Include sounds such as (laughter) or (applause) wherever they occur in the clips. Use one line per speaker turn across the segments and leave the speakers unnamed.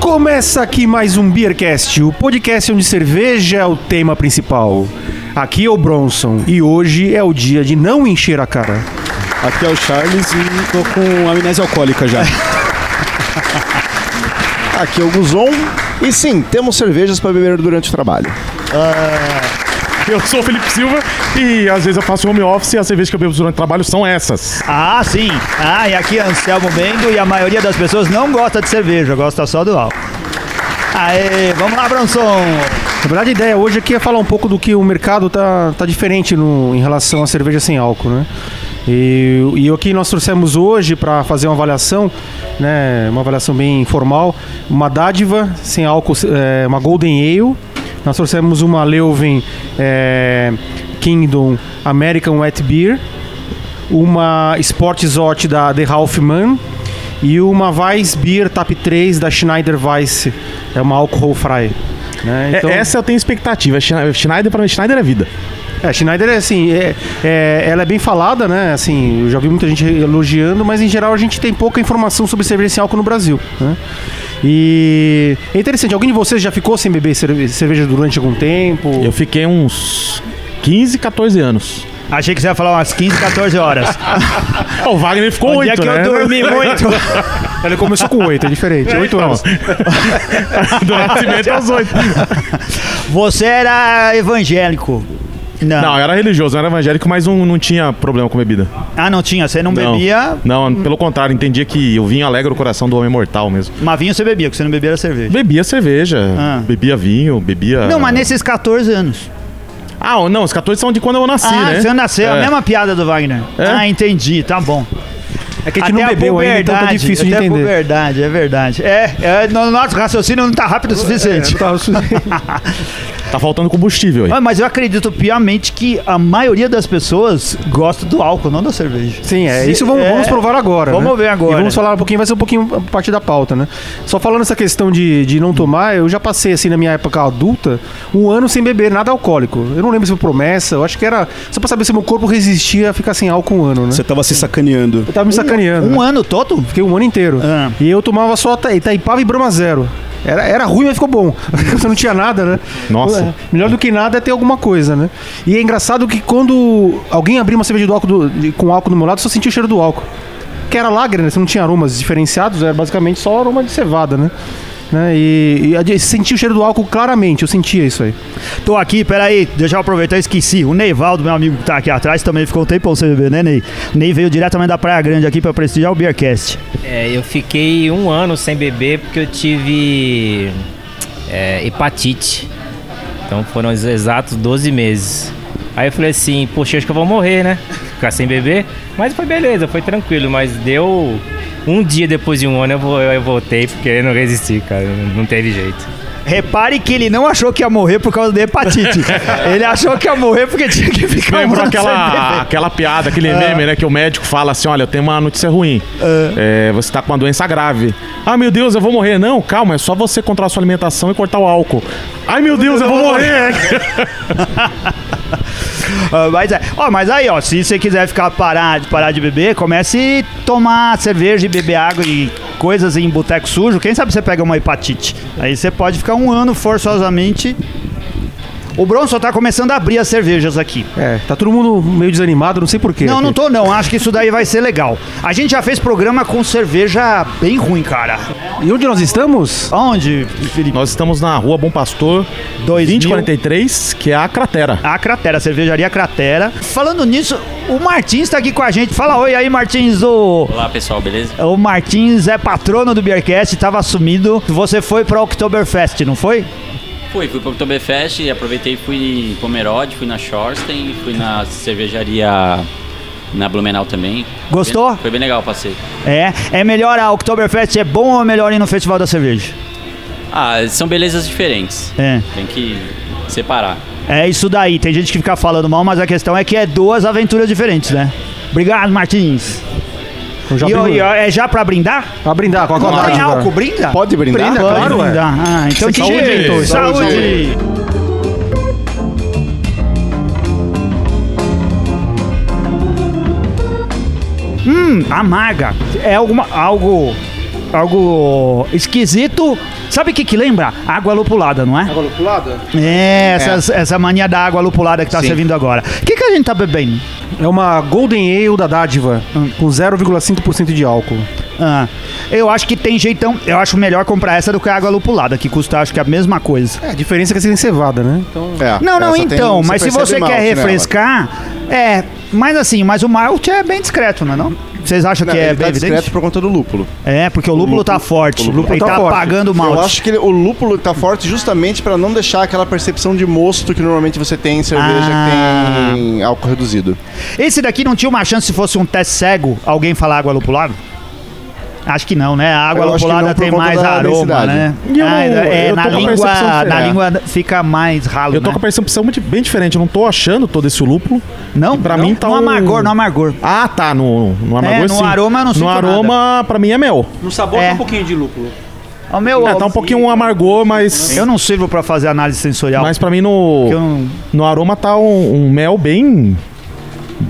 Começa aqui mais um Beercast, o podcast onde cerveja é o tema principal. Aqui é o Bronson e hoje é o dia de não encher a cara.
Aqui é o Charles e tô com amnésia alcoólica já.
(laughs) Aqui é o Guzon. E sim, temos cervejas para beber durante o trabalho.
Eu sou o Felipe Silva e às vezes eu faço home office e as cervejas que eu bebo durante o trabalho são essas.
Ah, sim. Ah, e aqui é Anselmo Bendo e a maioria das pessoas não gosta de cerveja, gosta só do álcool. Aê, vamos lá, Bronson.
Na verdade, a ideia hoje aqui é falar um pouco do que o mercado tá, tá diferente no, em relação à cerveja sem álcool, né? E, e aqui nós trouxemos hoje para fazer uma avaliação, né, uma avaliação bem informal, uma dádiva sem álcool, é, uma Golden Ale. Nós trouxemos uma Leuven é, Kingdom American Wet Beer, uma Sport Zot da The Halfman e uma Weiss Beer Tap 3 da Schneider Weiss. É uma alcohol fry. Né?
É, essa eu tenho expectativa. Schne- Schneider, pra mim, Schneider é vida.
É, Schneider é assim, é, é- ela é bem falada, né? Assim, eu já vi muita gente elogiando, mas em geral a gente tem pouca informação sobre cerveja sem álcool no Brasil, né? E é interessante, alguém de vocês já ficou sem beber cerve- cerveja durante algum tempo?
Eu fiquei uns 15, 14 anos.
Achei que você ia falar umas 15, 14 horas.
(laughs) o Wagner ficou
Onde é
8,
que
né?
eu
(laughs)
dormi muito?
Ele começou com oito, é diferente, oito
(laughs)
anos.
Do nascimento aos 8.
Você era evangélico? Não.
Não, eu era religioso, eu era evangélico, mas não, não tinha problema com bebida.
Ah, não tinha. Você não,
Não.
bebia,
Não, pelo contrário, entendia que o vinho alegra o coração do homem mortal mesmo.
mas vinho você bebia, porque você não bebia era cerveja.
Bebia cerveja,
Ah.
bebia vinho, bebia.
Não, mas nesses 14 anos.
Ah, não, os 14 são de quando eu nasci,
ah,
né?
você nasceu.
É.
A mesma piada do Wagner.
É?
Ah, entendi. Tá bom.
É que a gente não bebeu ainda, então tá
puberdade,
difícil de
até a
entender.
puberdade, é verdade. É, é, no nosso raciocínio não tá rápido o suficiente.
Tá faltando combustível
(laughs)
aí.
Ah, Mas eu acredito piamente que a maioria das pessoas gosta do álcool, não da cerveja.
Sim, é. Isso vamos,
É.
vamos provar agora.
Vamos
né?
ver agora.
E vamos falar um pouquinho, vai ser um pouquinho a parte da pauta, né? Só falando essa questão de, de não tomar, eu já passei, assim, na minha época adulta, um ano sem beber nada alcoólico. Eu não lembro se foi promessa, eu acho que era só pra saber se meu corpo resistia a ficar sem álcool um ano, né?
Você tava se sacaneando.
Eu tava me sacaneando.
Um
né?
ano todo?
Fiquei um ano inteiro.
Ah.
E eu tomava só Ita- Itaipava e Brahma Zero. Era, era ruim, mas ficou bom. (laughs) Você não tinha nada, né?
Nossa.
Melhor do que nada é ter alguma coisa, né? E é engraçado que quando alguém abria uma cerveja do álcool do- de- com álcool no meu lado, eu só sentia o cheiro do álcool. Que era lager, né? Você não tinha aromas diferenciados, era basicamente só aroma de cevada, né? Né? E, e a de- sentia o cheiro do álcool claramente, eu sentia isso aí.
Tô aqui, peraí, deixa eu aproveitar, eu esqueci. O Neivaldo, meu amigo que tá aqui atrás, também ficou um tempão sem beber, né, Ney? Ney veio diretamente da Praia Grande aqui pra prestigiar o Beercast.
É, eu fiquei um ano sem beber porque eu tive é, hepatite. Então foram os exatos 12 meses. Aí eu falei assim, poxa, acho que eu vou morrer, né? Ficar sem beber. Mas foi beleza, foi tranquilo. Mas deu um dia depois de um ano eu, vo- eu voltei porque eu não resisti, cara. Não teve jeito.
Repare que ele não achou que ia morrer por causa da (laughs) hepatite. ele achou que ia morrer porque tinha que ficar um
Lembrou
ano sem
aquela, aquela piada, aquele meme, né? Que o médico fala assim: olha, eu tenho uma notícia ruim. É, você tá com uma doença grave. Ah, meu Deus, eu vou morrer. Não, calma, é só você controlar a sua alimentação e cortar o álcool. Ai, meu Deus, eu vou morrer.
(laughs) Ah, mas, é. Ó, mas aí, ó, se você quiser ficar parado, parar de beber, comece a tomar cerveja e beber água e coisas em boteco sujo. Quem sabe você pega uma hepatite. Aí você pode ficar um ano forçosamente. O Bronson tá começando a abrir as cervejas aqui.
É, tá todo mundo meio desanimado, não sei porquê.
Não, não tô não. Acho que isso daí vai ser legal. A gente já fez programa com cerveja bem ruim, cara.
E onde nós estamos?
Onde, Felipe?
Nós estamos na rua Bom Pastor
2043.
2043, que é a cratera.
A Cratera, a cervejaria Cratera. Falando nisso, o Martins tá aqui com a gente. Fala oi aí, Martins. O,
Olá pessoal, beleza?
o Martins é patrono do Beercast, tava assumido. Você foi pra Oktoberfest, não foi?
Fui, fui pro Oktoberfest e aproveitei e fui em Pomerode, fui na Shorsten, fui na cervejaria na Blumenau também.
Gostou?
Foi bem legal, passei.
É. É melhor a Oktoberfest, é bom ou é melhor ir no Festival da Cerveja?
Ah, são belezas diferentes.
É.
Tem que separar.
É isso daí. Tem gente que fica falando mal, mas a questão é que é duas aventuras diferentes, né? Obrigado, Martins.
Eu já
e, ó,
abri-
e ó, é já pra brindar?
A brindar, com a
Não
coca
tem
d'água.
álcool, brinda?
Pode brindar?
Brinda,
Pode
claro, ué.
brindar. Ah, então
Saúde.
cheers.
Saúde.
Saúde. Hum, amarga. É alguma, algo algo esquisito. Sabe o que que lembra? Água lupulada, não é?
Água lupulada?
É, essa, essa mania da água lupulada que tá servindo agora. O que, que a gente tá bebendo?
É uma Golden Ale da dádiva, com 0,5% de álcool.
Ah, eu acho que tem jeitão. Eu acho melhor comprar essa do que a água lupulada, que custa acho que a mesma coisa.
É, a diferença é que essa é cevada, né? Então,
É,
Não, não,
essa tem-
então. mas se
percebe né,
você
malte
quer
nela.
refrescar. É, mas assim, mas o malte é bem discreto, não é? Não? Vocês acham
Não,
que é
ele
bem
tá
evidente?
discreto por conta do lúpulo.
É, porque o lúpulo tá forte. O lúpulo
tá
tá
forte.
apagando o
Eu
malte.
acho que ele- o lúpulo tá forte justamente pra não deixar aquela percepção de mosto que normalmente você tem em cerveja
Ah.
que tem álcool reduzido.
Esse daqui não tinha uma chance se fosse um teste cego, alguém falar água lupulada? Acho que não, né? A água
Eu acho que
lupulada
não por
tem
conta
mais
da
aroma,
densidade.
né?
E eu não-
Ah, é,
eu
na
tô com a
língua,
percepção
na
que-
língua fica mais ralo,
Eu tô
né?
com a percepção muito bem diferente, eu não tô achando todo esse lúpulo.
Não,
pra
não,
mim tá
no
um-
amargor, no amargor.
Ah, tá, no, no amargor
É, no
sim.
aroma eu não sinto
No aroma, pra mim, é mel.
No sabor
É.
tem um pouquinho de lúpulo.
O meu,
É, tá um pouquinho um amargor, mas...
Eu não sirvo pra fazer análise sensorial.
Mas pra mim,
porque eu
no,
não-
no aroma tá um, um mel bem...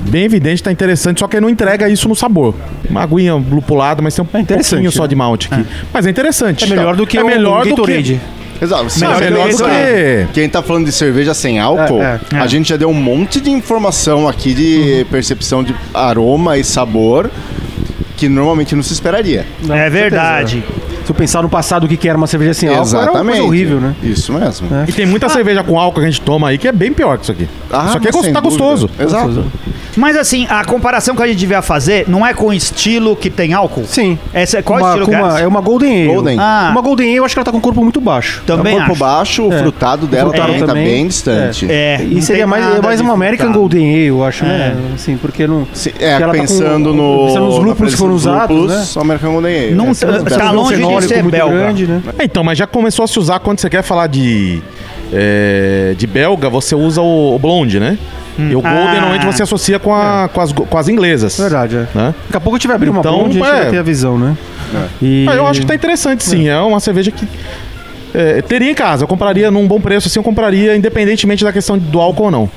Bem evidente, tá interessante, só que ele não entrega isso no sabor. Uma aguinha lupulada, mas tem um
É interessante, né?
pouquinho só de malte aqui. Mas é interessante.
É
tá.
melhor do que
é
o
melhor do
Gatorade.
que...
Exato. Se
Não,
você
é melhor
pensa-
do que-
Quem tá falando de cerveja sem álcool,
É, Uhum.
é, é.
a gente já deu um monte de informação aqui de percepção de aroma e sabor que normalmente não se esperaria.
É verdade.
Se eu pensar no passado o que que era uma cerveja sem álcool, era uma coisa horrível, né?
Isso mesmo.
É.
E tem muita cerveja com álcool que a gente toma aí que é bem pior que isso aqui.
Ah,
isso aqui é
mas
gost-
sem
tá
dúvida.
gostoso.
Exato.
Tá
Mas assim, a comparação que a gente devia fazer não é com o estilo que tem álcool?
Sim.
Essa, qual
uma,
estilo
com
que é?
uma,
essa?
é uma Golden Ale.
Golden.
Ah.
Uma Golden Ale, eu acho que ela tá com um corpo muito baixo.
Também
corpo
acho.
baixo, o
É.
frutado dela
O frutado
também,
também.
tá bem distante.
É, não
E seria
tem
mais,
nada É.
é mais uma
de
American
frutado.
Golden Ale, eu acho, né? Assim, porque não...
Se-
porque
É,
ela tá com-
pensando no.
Pensando nos
na
lúpulos que foram
presença dos
usados,
lúpulos,
né?
Só American Golden Ale.
Não-
Essa é a
tá
verdade.
longe de
fenólico
ser
muito
belga.
grande, né?
É, Então, mas já começou a se usar quando você quer falar de. é, de belga, você usa o, o blonde, né?
Hum.
E o golden
Ah.
normalmente você associa com, a- com, as, go- com as inglesas.
É. Verdade, é.
Né?
Daqui a pouco a gente vai abrir uma
Então,
blonde e a gente
é.
vai ter a visão, né? E...
Ah, eu acho que tá interessante, sim. É, uma cerveja que. é, teria em casa, eu compraria num bom preço, assim, eu compraria, independentemente da questão do álcool ou não.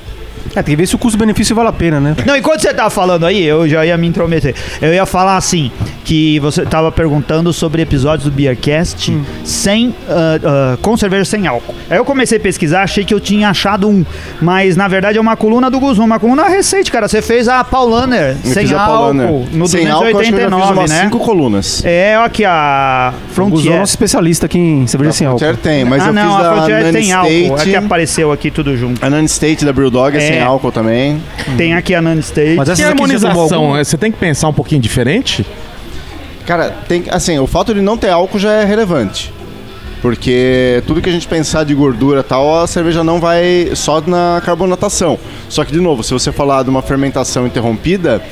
É, tem que ver se o custo-benefício vale a pena, né?
É.
Não, enquanto você tava falando aí, eu já ia me intrometer. Eu ia falar assim, que você tava perguntando sobre episódios do Beercast
Hum.
sem, ah, ah, com cerveja sem álcool. Aí eu comecei a pesquisar, achei que eu tinha achado um, mas na verdade é uma coluna do Guzman, uma coluna recente, cara. Você fez a Paulaner
Eu
sem
fiz a
álcool,
Paulaner.
no
né? Sem álcool, acho que eu já fiz
289,
umas
né?
cinco colunas.
É, ó aqui a
O Zon é
Frontier.
nosso especialista aqui em cerveja
Tá,
sem álcool.
Frontier tem, mas
ah,
eu
não,
fiz
a
da
Frontier
Nani
tem álcool. É
State.
que apareceu aqui tudo junto.
A Nani State da Brewdog é,
É.
sem álcool também.
Tem aqui a Nani State.
Mas
E
essas
a
aqui você tomou alguma?
harmonização, é, você tem que pensar um pouquinho diferente?
Cara, tem, assim, o fato de não ter álcool já é relevante. Porque tudo que a gente pensar de gordura e tal, a cerveja não vai só na carbonatação. Só que, de novo, se você falar de uma fermentação interrompida,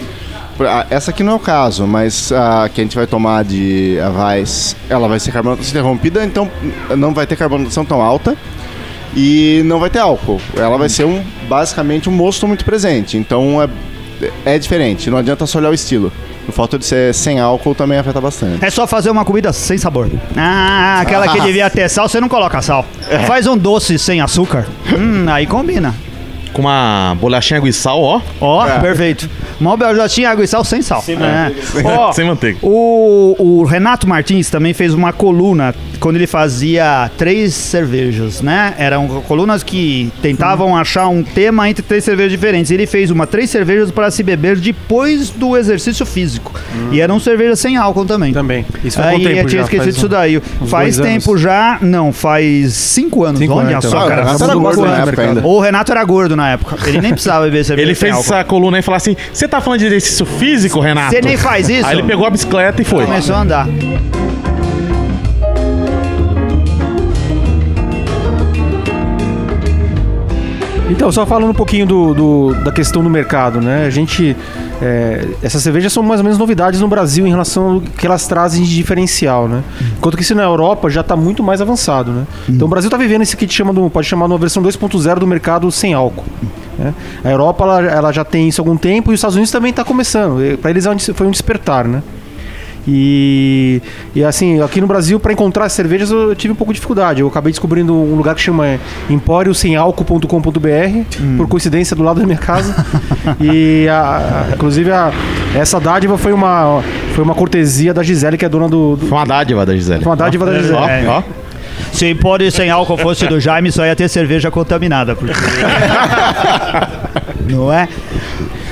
pra- essa aqui não é o caso, mas a que a gente vai tomar de a Weiss, ela vai ser carbonatação interrompida, então não vai ter carbonatação tão alta e não vai ter álcool. Ela vai ser um, basicamente um mosto muito presente. Então é, é diferente. Não adianta só olhar o estilo. O fato de ser sem álcool também afeta bastante.
É só fazer uma comida sem sabor. Ah, aquela que devia ter sal, você não coloca sal.
É.
Faz um doce sem açúcar. Hum, aí combina.
Com uma bolachinha aguissal, ó.
Ó,
É.
perfeito. Mó belatinha, água e sal sem sal. Sem
né?
Ó,
(laughs) Sem manteiga.
o, o Renato Martins também fez uma coluna quando ele fazia três cervejas, né? Eram colunas que tentavam
Uhum.
achar um tema entre três cervejas diferentes. Ele fez uma três cervejas para se beber depois do exercício físico. E eram cervejas sem álcool também.
Uhum. Também. Isso faz
Aí
quanto tempo
eu tinha
já?
esquecido
Faz um-
isso daí.
uns
Faz
dois
tempo já. Não, faz cinco anos.
Cinco
Olha
anos,
só,
então.
cara.
Ah,
Renato
tá
era
mudou
gordo
muito
na
o
época
mercado.
ainda.
O Renato era gordo na época. Ele nem precisava
(laughs)
beber cerveja.
Ele
sem
fez
álcool.
essa coluna e falou assim: Você tá falando de exercício físico, Renato?
Você nem faz isso?
Aí ele pegou a bicicleta e foi.
Começou a andar.
Então, só falando um pouquinho do, do- da questão do mercado, né? A gente. é, essas cervejas são mais ou menos novidades no Brasil em relação ao que elas trazem de diferencial, né? Enquanto que isso na Europa já está muito mais avançado, né? Então o Brasil está vivendo esse que a gente chama de um- pode chamar de uma versão 2.0 do mercado sem álcool. né? A Europa tá ela, ela já tem isso há algum tempo e os Estados Unidos também está começando. Para eles é um des- foi um despertar, né? E, e assim, aqui no Brasil, para encontrar as cervejas, eu tive um pouco de dificuldade. Eu acabei descobrindo um lugar que chama empóriosemalco.com.br,
Hum.
por coincidência, do lado da minha
(laughs)
casa. e, a- a- inclusive, a- essa dádiva foi uma, foi uma cortesia da Gisele, que é dona do. do
Foi uma dádiva da Gisele.
foi uma dádiva da Gisele.
É.
Ó, ó.
Se empório sem álcool fosse do Jaime, só ia ter cerveja contaminada. Porque... Não é?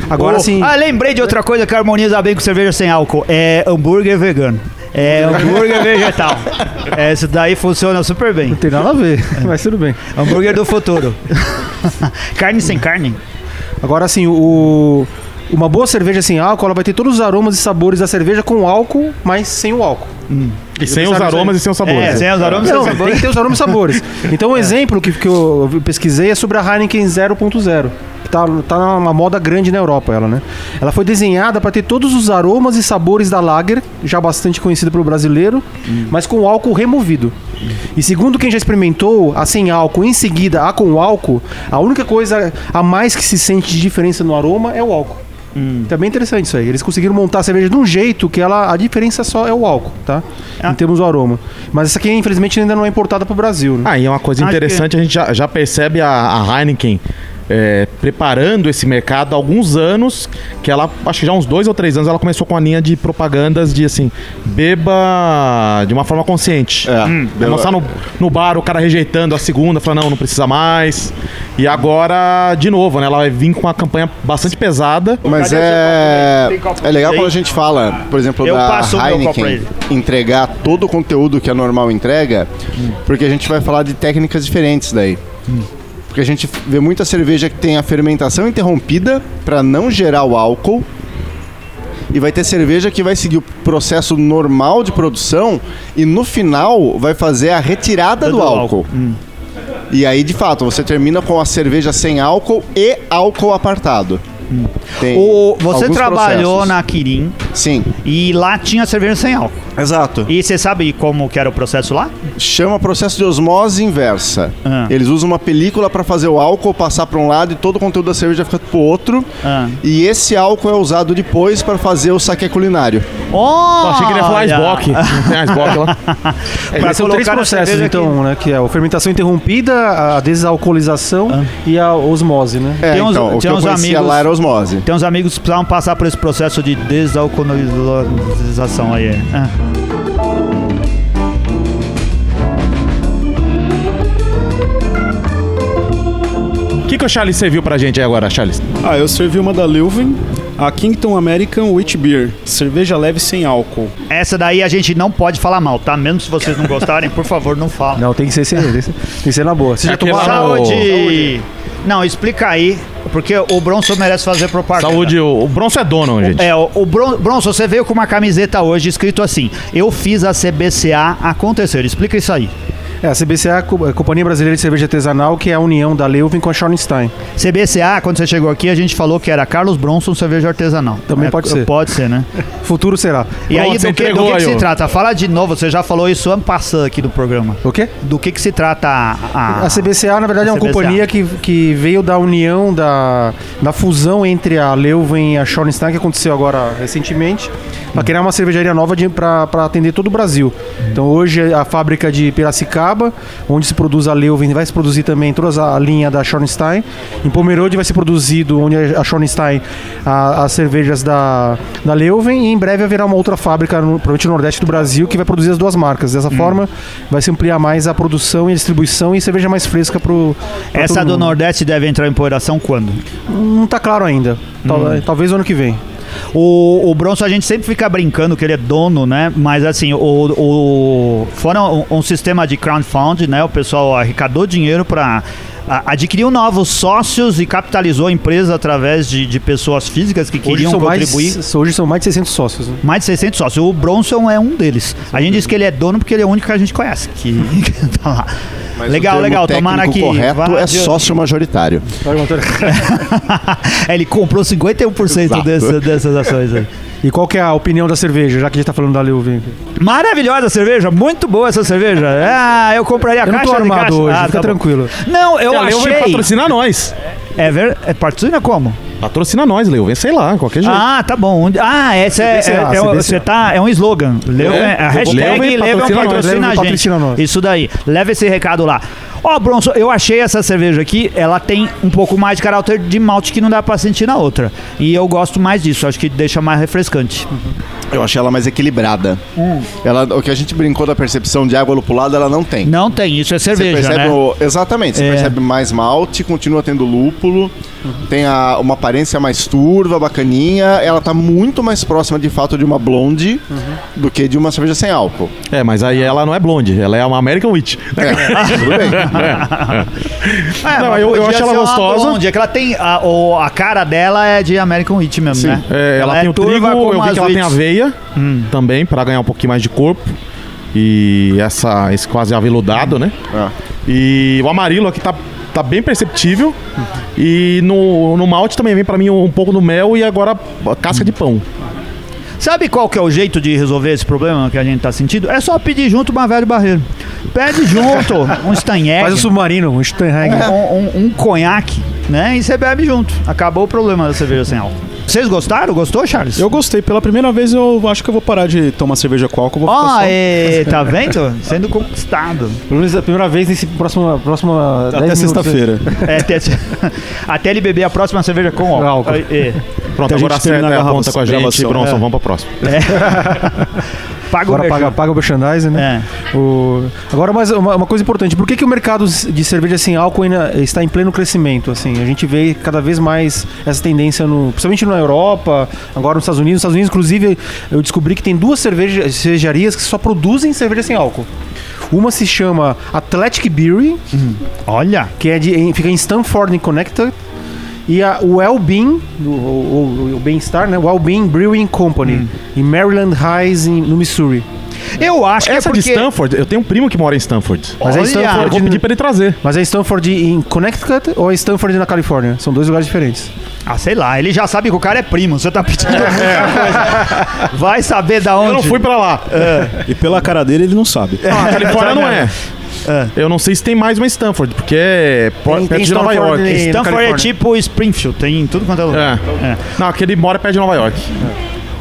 Agora assim,
Oh,
sim.
Ah, lembrei de outra coisa que harmoniza bem com cerveja sem álcool. É hambúrguer vegano. É hambúrguer vegetal. É, Isso daí funciona super bem.
Não tem nada a ver,
é.
mas tudo bem.
Hambúrguer do futuro. (laughs) carne sem carne.
Agora assim, o uma boa cerveja sem álcool, ela vai ter todos os aromas e sabores da cerveja com álcool, mas sem o álcool.
E
Sabe
sem os
isso aí?
aromas e sem os sabores.
É, sem os aromas, sem
Não,
sabor.
tem que ter os aromas e sabores. Então, um exemplo que, que eu pesquisei é sobre a Heineken 0.0. que Tá, tá numa moda grande na Europa, ela, né? Ela foi desenhada para ter todos os aromas e sabores da Lager, já bastante conhecida pelo brasileiro, mas com álcool removido. E segundo quem já experimentou, a sem álcool, em seguida a com álcool, a única coisa a mais que se sente de diferença no aroma é o álcool. Então é bem interessante isso aí. Eles conseguiram montar a cerveja de um jeito que ela a diferença só é o álcool, tá? Em termos do aroma. Mas essa aqui, infelizmente, ainda não é importada pro Brasil, né?
Ah, e é uma coisa
Acho
interessante, a gente já, já percebe a, a Heineken é, preparando esse mercado há alguns anos, que ela, acho que já há uns dois ou três anos, ela começou com a linha de propagandas de assim, beba de uma forma consciente.
É,
Vai
beba-
mostrar no, no bar o cara rejeitando a segunda, falando, não, não precisa mais. E agora, de novo, né? Ela vai vir com uma campanha bastante pesada.
Mas
Cadê
é,
o seu copo aí? Tem copo
é legal
aí?
quando a gente fala, por exemplo,
Eu
da
passo o meu copo pra
Heineken
ele. Hum.
entregar todo o conteúdo que a normal entrega, porque a gente vai falar de técnicas diferentes daí. Porque a gente vê muita cerveja que tem a fermentação interrompida para não gerar o álcool. E vai ter cerveja que vai seguir o processo normal de produção e no final vai fazer a retirada do,
Do álcool.
álcool. E aí, de fato, você termina com a cerveja sem álcool e álcool apartado. Tem
Hum. O, você
alguns
trabalhou
processos.
na Kirin
Sim,
e lá tinha cerveja sem álcool.
exato.
E você sabe como que era o processo lá?
Chama processo de osmose inversa.
Ah.
Eles usam uma película para fazer o álcool passar para um lado e todo o conteúdo da cerveja fica pro outro.
Ah.
E esse álcool é usado depois para fazer o saque culinário.
Oh,
Achei que ele ia falar É, Sbock. Não tem a Sbock lá. É,
Mas são três processos, então, né? Que é a fermentação interrompida, a desalcoolização e a osmose, né?
É,
Tem uns-
então, o que
tem
eu
uns
conhecia
amigos-
lá era osmose.
Tem uns amigos que precisavam passar por esse processo de desalcoolização aí. Ah.
O que, que o Charles serviu pra gente aí agora, Charles?
Ah, eu servi uma da Leuven, a Kington American Wheat Beer, cerveja leve sem álcool.
Essa daí a gente não pode falar mal, tá? Mesmo se vocês não gostarem, por favor, não falem.
Não, tem que ser sem, tem que ser- tem que ser na boa. Você já
Aquela-
tomou
Não.
Saúde! Não, explica aí, porque o Bronson merece fazer propaganda.
Saúde, o, o Bronson é dono, gente.
É, o, o Bron- Bronson, você veio com uma camiseta hoje escrito assim: Eu fiz a CBCA acontecer. Explica isso aí.
É, a CBCA, a Co- a Companhia Brasileira de Cerveja Artesanal, que é a união da Leuven com a Schornstein.
CBCA, quando você chegou aqui, a gente falou que era Carlos Bronson Cerveja Artesanal. É,
Também pode ser.
Pode ser, né?
Futuro será.
E aí,
Pronto,
do que, do
entregou
que que
aí,
se
ó.
trata? Fala de novo, você já falou isso ano passado aqui no programa.
O quê?
Do que, que se trata a.
A CBCA, na verdade, é uma
CBCA.
companhia que, que veio da união, da, da fusão entre a Leuven e a Schornstein, que aconteceu agora recentemente, para criar uma cervejaria nova para atender todo o Brasil. Então, hoje, a fábrica de Piracicaba, onde se produz a Leuven, vai se produzir também toda a linha da Schornstein. Em Pomerode vai ser produzido, onde a Schornstein, a- as cervejas da, da Leuven, e em breve haverá uma outra fábrica, no, provavelmente no Nordeste do Brasil, que vai produzir as duas marcas. Dessa forma, vai se ampliar mais a produção e a distribuição e cerveja mais fresca pro. pra
Essa
tá
é
todo
do
mundo.
Nordeste deve entrar em poeração quando?
Não tá claro ainda. Tal- é, Talvez o ano que vem.
O, o Bronson, a gente sempre fica brincando que ele é dono, né? Mas assim, o, o, fora um, um sistema de crowdfunding, né? O pessoal arrecadou dinheiro para adquiriu novos sócios e capitalizou a empresa através de, de pessoas físicas que
Hoje
queriam
são,
contribuir. Mais...
mais, hoje são mais de 600 sócios. né?
de 600 sócios. O Bronson é um deles. A gente diz que ele é dono porque ele é o único que a gente conhece. Que, que (laughs) tá lá. legal,
O termo
Ah, legal.
técnico
Tomara que.
correto
vá
é
adiante.
sócio majoritário.
(laughs) ele comprou 51% dessa, dessas ações aí.
E qual que é a opinião da cerveja, já que a gente tá falando da Leuven?
Maravilhosa a cerveja, muito boa essa cerveja. Ah, eu compraria a
Eu não
caixa
tô
de
armado
caixa.
hoje,
Ah,
fica
tá bom.
tranquilo.
Não, eu
a Leuven
achei.
patrocina nós.
É ver... é, patrocina como?
Patrocina nós, Leuven, sei lá, qualquer jeito.
Ah, tá bom. Onde- Ah, essa é,
CBCA,
é- é um-
CBCA.
você tá, é um slogan. Leuven,
É,
a hashtag Leuven
Leuven patrocina
patrocina a
nós,
Leuven
gente.
patrocina nós.
Isso daí. Leva esse recado lá. Ó, Bronson, eu achei essa cerveja aqui, ela tem um pouco mais de caráter de malte que não dá pra sentir na outra. E eu gosto mais disso, acho que deixa mais refrescante.
Eu achei ela mais equilibrada.
Hum.
Ela, o que a gente brincou da percepção de água lupulada, ela não tem.
Não tem, isso é cerveja,
você percebe
né?
o- exatamente, você
É.
percebe mais malte, continua tendo lúpulo, tem a- uma aparência mais turva, bacaninha. Ela tá muito mais próxima de fato de uma blonde do que de uma cerveja sem álcool.
É, mas aí ela não é blonde, ela é uma American Witch.
Tudo bem.
É,
Não,
mas
eu- eu
podia
acho ela
ser uma
gostosa.
blonde, é que ela tem a, o- a cara dela é de American Wheat mesmo, né?
(laughs) É, ela, tem
é
o trigo,
turva como
eu
as
vi
Hum.
que ela tem
wheats.
aveia também, pra ganhar um pouquinho mais de corpo. E essa, esse quase aveludado, né?
Ah.
E o amarelo aqui tá, tá bem perceptível. E no, no malte também vem pra mim um pouco do mel e agora a casca de pão.
Sabe qual que é o jeito de resolver esse problema que a gente tá sentindo? É só pedir junto uma velha barreira. Pede junto um Steinegg,
Faz o submarino, um Steinhag.
um, um, um conhaque, né? E você bebe junto. Acabou o problema da cerveja sem álcool. Vocês gostaram? Gostou, Charles?
Eu gostei. Pela primeira vez eu acho que eu vou parar de tomar cerveja com álcool. Vou
Ó,
ficar só-
e- tá vendo? Sendo conquistado.
Pelo menos é a primeira vez nesse próximo. Próxima
Até sexta-feira.
É, até, (laughs) até ele beber a próxima cerveja com álcool.
álcool.
É,
Pronto,
Até a gente
agora acerta
terminar a
a
grava-
ponta com a gente,
gravação.
né?
Bronson,
É.
vamos pra próxima.
Paga o
Agora
merchan.
paga, paga o merchandising, né?
É.
O- Agora, mas uma, uma coisa importante, por que, que o mercado de cerveja sem álcool ainda está em pleno crescimento? Assim, a gente vê cada vez mais essa tendência, no, principalmente na Europa, agora nos Estados Unidos. Nos Estados Unidos, inclusive, eu descobri que tem duas cerveja- cervejarias que só produzem cerveja sem álcool. Uma se chama Athletic Brewery,
Uhum. Olha.
que é de, em- fica em Stanford, em Connecticut. E a Well-Being, o, o- o- o bem-estar, né? Well-Being Brewing Company,
Uhum.
em Maryland Heights, em- no Missouri.
Eu acho que
Essa
é porque... né?
de Stanford, eu tenho um primo que mora em Stanford.
Mas é
Olha,
Stanford.
Eu vou pedir pra ele trazer.
Mas é Stanford em Connecticut ou é Stanford na Califórnia? São dois lugares diferentes.
Ah, sei lá, ele já sabe que o cara é primo, você tá pedindo alguma coisa. Vai saber da onde.
Eu não fui pra lá.
E pela cara dele ele não sabe.
Ah, a Califórnia não é. Eu não sei se tem mais uma Stanford, porque é por-
Tem-
perto
tem
de Nova
Stanford
York.
em-
Stanford é
Califórnia.
tipo Springfield, tem em tudo quanto é lugar.
É. Não, aquele mora perto de Nova York.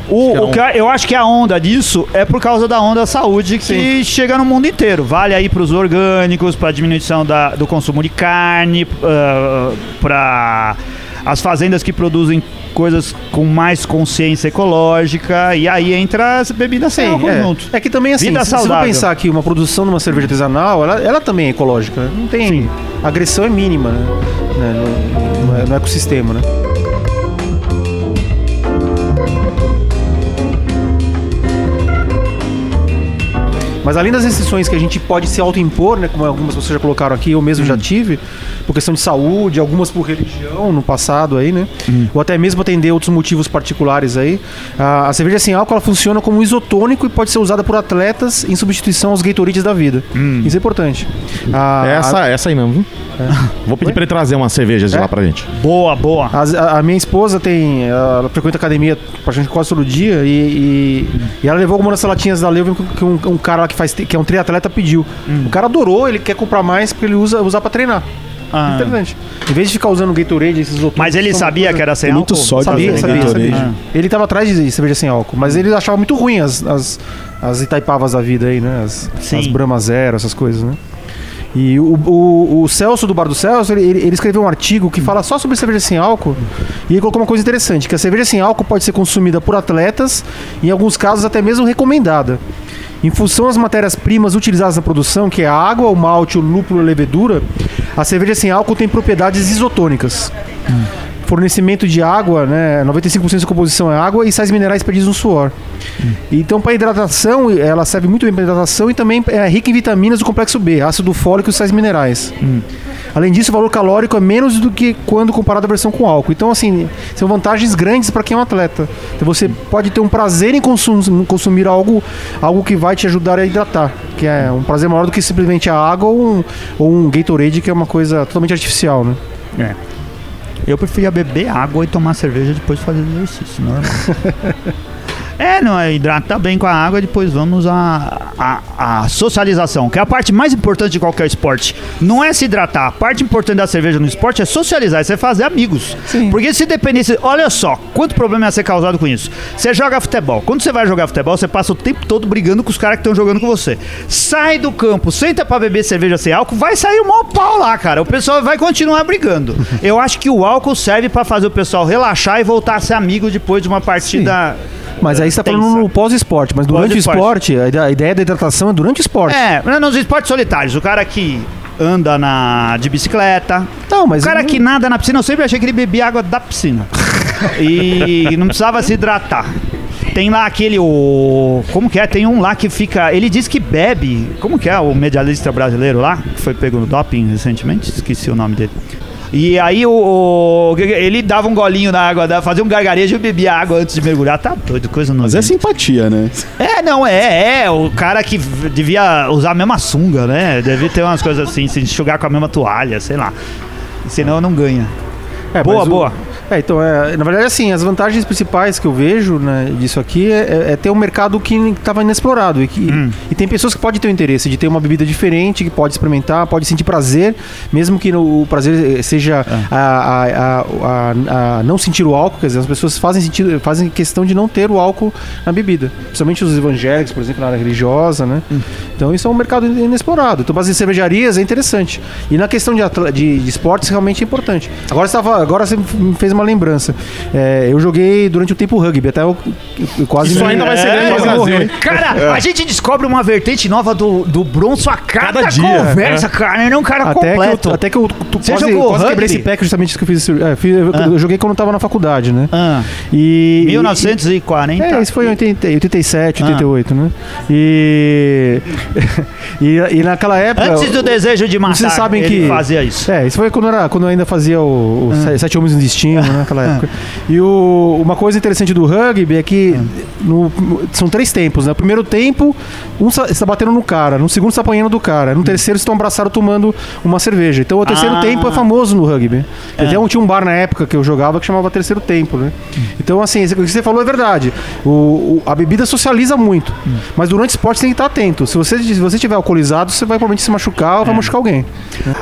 O,
Acho que
o que eu- eu acho que a onda disso é por causa da onda saúde que chega no mundo inteiro. Vale aí pros orgânicos, pra diminuição da- do consumo de carne, ah, pra as fazendas que produzem coisas com mais consciência ecológica. E aí entra as bebidas sem álcool
é.
junto.
É que também assim,
Vida
se, se você
saudável.
pensar que uma produção de uma cerveja artesanal, ela, ela também é ecológica. né? Não tem. A agressão é mínima, né? Né, No, no- no ecossistema, né? Mas além das restrições que a gente pode se autoimpor, né, como algumas pessoas já colocaram aqui, eu mesmo já tive, por questão de saúde, algumas por religião no passado aí, né? Ou até mesmo atender outros motivos particulares aí. A, a cerveja sem álcool ela funciona como um isotônico e pode ser usada por atletas em substituição aos Gatorades da vida. Isso é importante. A-
É Essa, essa aí mesmo. viu? Vou pedir pra ele trazer umas cervejas de lá pra gente.
Boa, boa.
As- A, a minha esposa tem. Ela frequenta academia praticamente quase todo dia e, e, e ela levou algumas dessas latinhas da Leuven que um, um cara lá que faz. te- que é um triatleta pediu. O cara adorou, ele quer comprar mais porque ele usa usar pra treinar.
Ah.
Interessante. Em vez de ficar usando Gatorade, esses outros.
Mas É. ele sabia que era sem
Tem muito
álcool?
sódio
Sabia,
né,
sabia,
Gatorade.
sabia. Ele tava atrás de cerveja sem álcool, mas ele achava muito ruim as, as, as Itaipavas da vida aí, né? As,
Sim.
as Brahma Zero, essas coisas, né? E o, o, o Celso do Bar do Celso, ele, ele- ele escreveu um artigo que fala só sobre cerveja sem álcool e ele colocou uma coisa interessante, que a cerveja sem álcool pode ser consumida por atletas, em alguns casos até mesmo recomendada. Em função das matérias-primas utilizadas na produção, que é a água, o malte, o lúpulo e a levedura, a cerveja sem álcool tem propriedades isotônicas fornecimento de água, né? 95% da composição é água e sais minerais perdidos no suor. Então, para hidratação, ela serve muito bem para hidratação e também é rica em vitaminas do complexo B, ácido fólico e sais minerais. Além disso, o valor calórico é menos do que quando comparado à versão com álcool. Então, assim, são vantagens grandes para quem é um atleta. Então, você pode ter um prazer em consum- consumir algo, algo que vai te ajudar a hidratar, que é um prazer maior do que simplesmente a água ou um, ou um Gatorade, que é uma coisa totalmente artificial, né?
É. Eu preferia beber água e tomar cerveja depois de fazer exercício, normal. É, não, é hidrata bem com a água, depois vamos à à- à socialização, que é a parte mais importante de qualquer esporte. Não é se hidratar. A parte importante da cerveja no esporte é socializar, é você fazer amigos. Porque se dependesse. Olha só, quanto problema ia ser causado com isso. Você joga futebol. Quando você vai jogar futebol, você passa o tempo todo brigando com os caras que estão jogando com você. Sai do campo, senta pra beber cerveja sem álcool, vai sair o maior pau lá, cara. O pessoal vai continuar brigando. Eu acho que o álcool serve pra fazer o pessoal relaxar e voltar a ser amigo depois de uma partida.
Mas aí você tá falando
Tensa.
no pós-esporte, mas durante o
Pós-esporte.
esporte, a ide- a ideia da hidratação é durante o esporte.
É, mas nos esportes solitários, o cara que anda na, de bicicleta.
Não, Então, mas é
o cara
eu não-
que nada na piscina, eu sempre achei que ele bebia água da
(laughs)
piscina. e não precisava se hidratar. Tem lá aquele. O, como que é? Tem um lá que fica. Ele diz que bebe. Como que é o medalhista brasileiro lá? Que foi pego no doping recentemente? Esqueci o nome dele. E aí o, o- ele dava um golinho na água, da- fazia um gargarejo e bebia água antes de mergulhar. Tá doido, coisa não.
Mas é simpatia, né?
É, não, é, é. O cara que v- devia usar a mesma sunga, né? Devia ter umas coisas assim, se enxugar com a mesma toalha, sei lá. Senão não ganha.
É,
Boa,
mas o-
boa.
É, então, é, na verdade, assim, as vantagens principais que eu vejo né, disso aqui é, é ter um mercado que estava inexplorado. E, que,
Hum.
e tem pessoas que podem ter o interesse de ter uma bebida diferente, que pode experimentar, pode sentir prazer, mesmo que no- o prazer eh, seja
É.
a, a- a- a- a não sentir o álcool. Quer dizer, as pessoas fazem, sentido, fazem questão de não ter o álcool na bebida. Principalmente os evangélicos, por exemplo, na área religiosa, né?
Hum.
Então, isso é um mercado in- inexplorado. Então, baseado em cervejarias é interessante. E na questão de, atla- de- de esportes, realmente é importante. Agora você, tava- agora você me fez uma lembrança. É, eu joguei durante o tempo rugby, até eu, eu quase
Isso
me-
ainda vai ser grande no
quase morri.
Brasil, hein?
É,
É.
Cara, a gente descobre uma vertente nova do, do Bronson a cada,
Cada dia,
conversa, cara. Ele é um cara
Até que,
completo.
eu, até que eu tu-
Você
quase,
jogou
quase quebrei
rugby?
esse pé justamente isso que eu fiz. esse- é, fiz- eu, eu joguei quando eu tava na faculdade, né?
Ah,
E,
1940.
É, isso foi em 80,
Ah.
87, 88, né? E, (laughs) e. e naquela época.
Antes do desejo de matar,
Vocês sabem
ele
que-
fazia isso.
É, isso foi quando, era, quando eu ainda fazia o, o Se- Sete Homens no Destino, né, (laughs) naquela época. E o- uma coisa interessante do rugby é que no- são três tempos, né? O primeiro tempo, um sa- está batendo no cara, no segundo está apanhando do cara, no terceiro estão abraçados tomando uma cerveja. Então o terceiro
Ah.
tempo é famoso no rugby. Até um, tinha um bar na época que eu jogava que chamava Terceiro Tempo, né? Então, assim, isso- o que você falou é verdade. O, o- a bebida socializa muito. Mas durante o esporte você tem que estar atento. Se você estiver se você tiver alcoolizado, você vai provavelmente se machucar ou vai machucar alguém.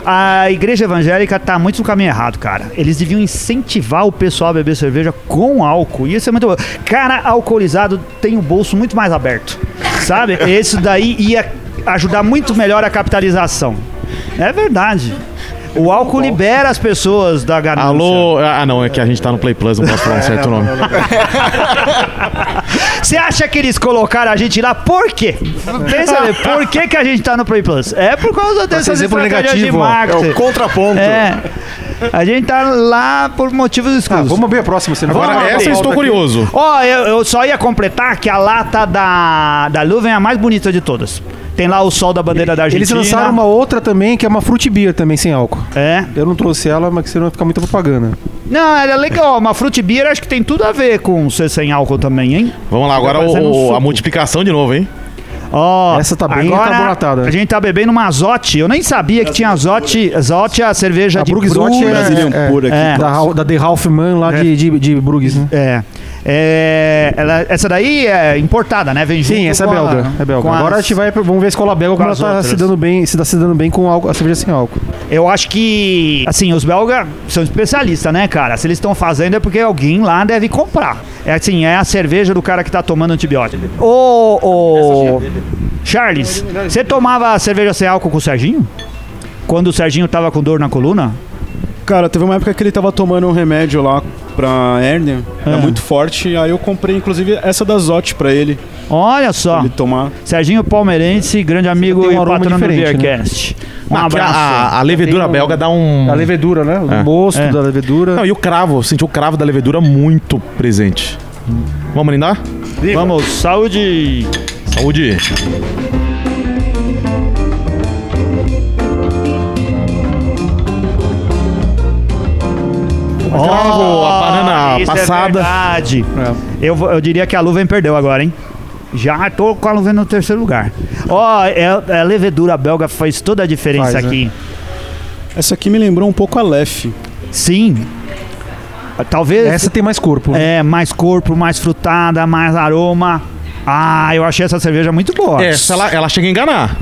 A igreja evangélica tá muito no caminho errado, cara. Eles deviam incentivar o pessoal a beber cerveja com álcool. Isso é muito bom. Cara alcoolizado tem o bolso muito mais aberto. Sabe? Isso daí ia ajudar muito melhor a capitalização. É verdade. O álcool libera as pessoas da ganância.
Alô. Ah, não, é que a gente tá no Play Plus, não posso falar um certo nome.
Você acha que eles colocaram a gente lá por quê? Pensa bem, por que, que a gente tá no Play Plus? É por causa dessas
exemplo
estratégias
negativo,
de
ó.
É
marketing.
o contraponto.
É. A gente tá lá por motivos
Ah,
exclusivos.
vamos abrir a próxima, você não
é
Agora,
vai-
essa eu estou curioso.
Ó, eu, eu só ia completar que a lata da, da Luven é a mais bonita de todas. Tem lá o sol da bandeira da Argentina.
Eles lançaram uma outra também, que é uma fruit beer também, sem álcool.
É.
Eu não trouxe ela, mas que senão vai ficar muita propaganda.
Não, ela é legal. Uma fruit beer acho que tem tudo a ver com ser sem álcool também, hein?
Vamos lá, agora
Tá parecendo um
o- o- a
suco.
multiplicação de novo, hein?
Ó,
Essa tá bem
agora
carbonatada.
A gente tá bebendo uma azote. Eu nem sabia que tinha azote. Azote é a cerveja
A
de
Brugge Zote
Brugge.
Brasilian
é,
pura aqui.
é.
Da, Hal- da The Halfman lá de, de, de Bruges, né?
É. É, ela- essa daí é importada, né? Vem
Sim,
junto
essa é
com
belga.
A,
é belga.
com
Agora
as-
a gente vai, vamos ver a escola belga
com
como ela
as
tá se
outras.
dando bem, se tá se dando bem com álcool, a cerveja sem álcool.
Eu acho que, assim, os belgas são especialistas, né, cara? Se eles estão fazendo é porque alguém lá deve comprar. É assim, é a cerveja do cara que tá tomando antibiótico. Ô, ô. Charles, você tomava cerveja sem álcool com o Serginho? Quando o Serginho tava com dor na coluna?
Cara, teve uma época que ele tava tomando um remédio lá pra hérnia. É.
Ah.
muito forte. Aí eu comprei, inclusive, essa da Zote pra ele.
Olha só.
Ele tomar.
Serginho Palmeirense, grande amigo
tem um
e
aroma
patrono do
diferente, né?
Beercast. Um
Ah, que a-
abraço.
A, a levedura
Tem um-
belga dá um.
A levedura, né? O
É.
mosto
É.
da levedura.
Não, e o cravo, eu senti o cravo da levedura muito presente. Vamos brindar?
Vamos, saúde.
Saúde! Cravo, a banana
isso
passada.
É verdade. Eu, vou- eu diria que a Luven perdeu agora, hein? Já tô com a Luven no terceiro lugar. Ó, é- a levedura belga faz toda a diferença
Faz, né?
aqui.
Essa aqui me lembrou um pouco a Lef.
Sim. Talvez.
Essa tem mais corpo. né?
É, mais corpo, mais frutada, mais aroma. Ah, eu achei essa cerveja muito boa.
Essa, É, ela, ela chega a enganar.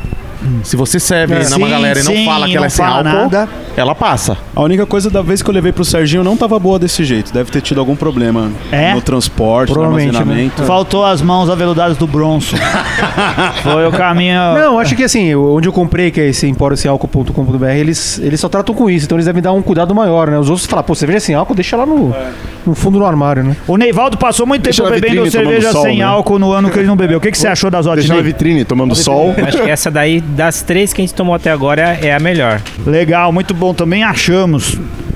Se você serve
É.
numa
Sim,
galera e não
sim,
fala que
não
ela é sem
fala
álcool,
nada.
ela passa.
A única coisa da vez que eu levei pro Serginho não tava boa desse jeito. Deve ter tido algum problema
É?
no transporte, no
Provavelmente, né?
armazenamento.
Faltou as mãos aveludadas do Bronson. Foi o caminho.
Não, acho que assim, onde eu comprei, que é esse empóriosemálcool.com.br, eles, eles só tratam com isso, então eles devem dar um cuidado maior, né? Os outros falam, pô, cerveja sem álcool, deixa lá no,
É.
no fundo do armário, né?
O Neivaldo passou muito tempo
Deixa na
bebendo
vitrine,
cerveja
tomando sol,
sem
né?
álcool no ano que ele não bebeu. O que, que você achou das
Deixando a
ótimas?
vitrine, tomando sol.
Acho que essa daí, das três que a gente tomou até agora, é a melhor.
Legal, muito bom também, achamos.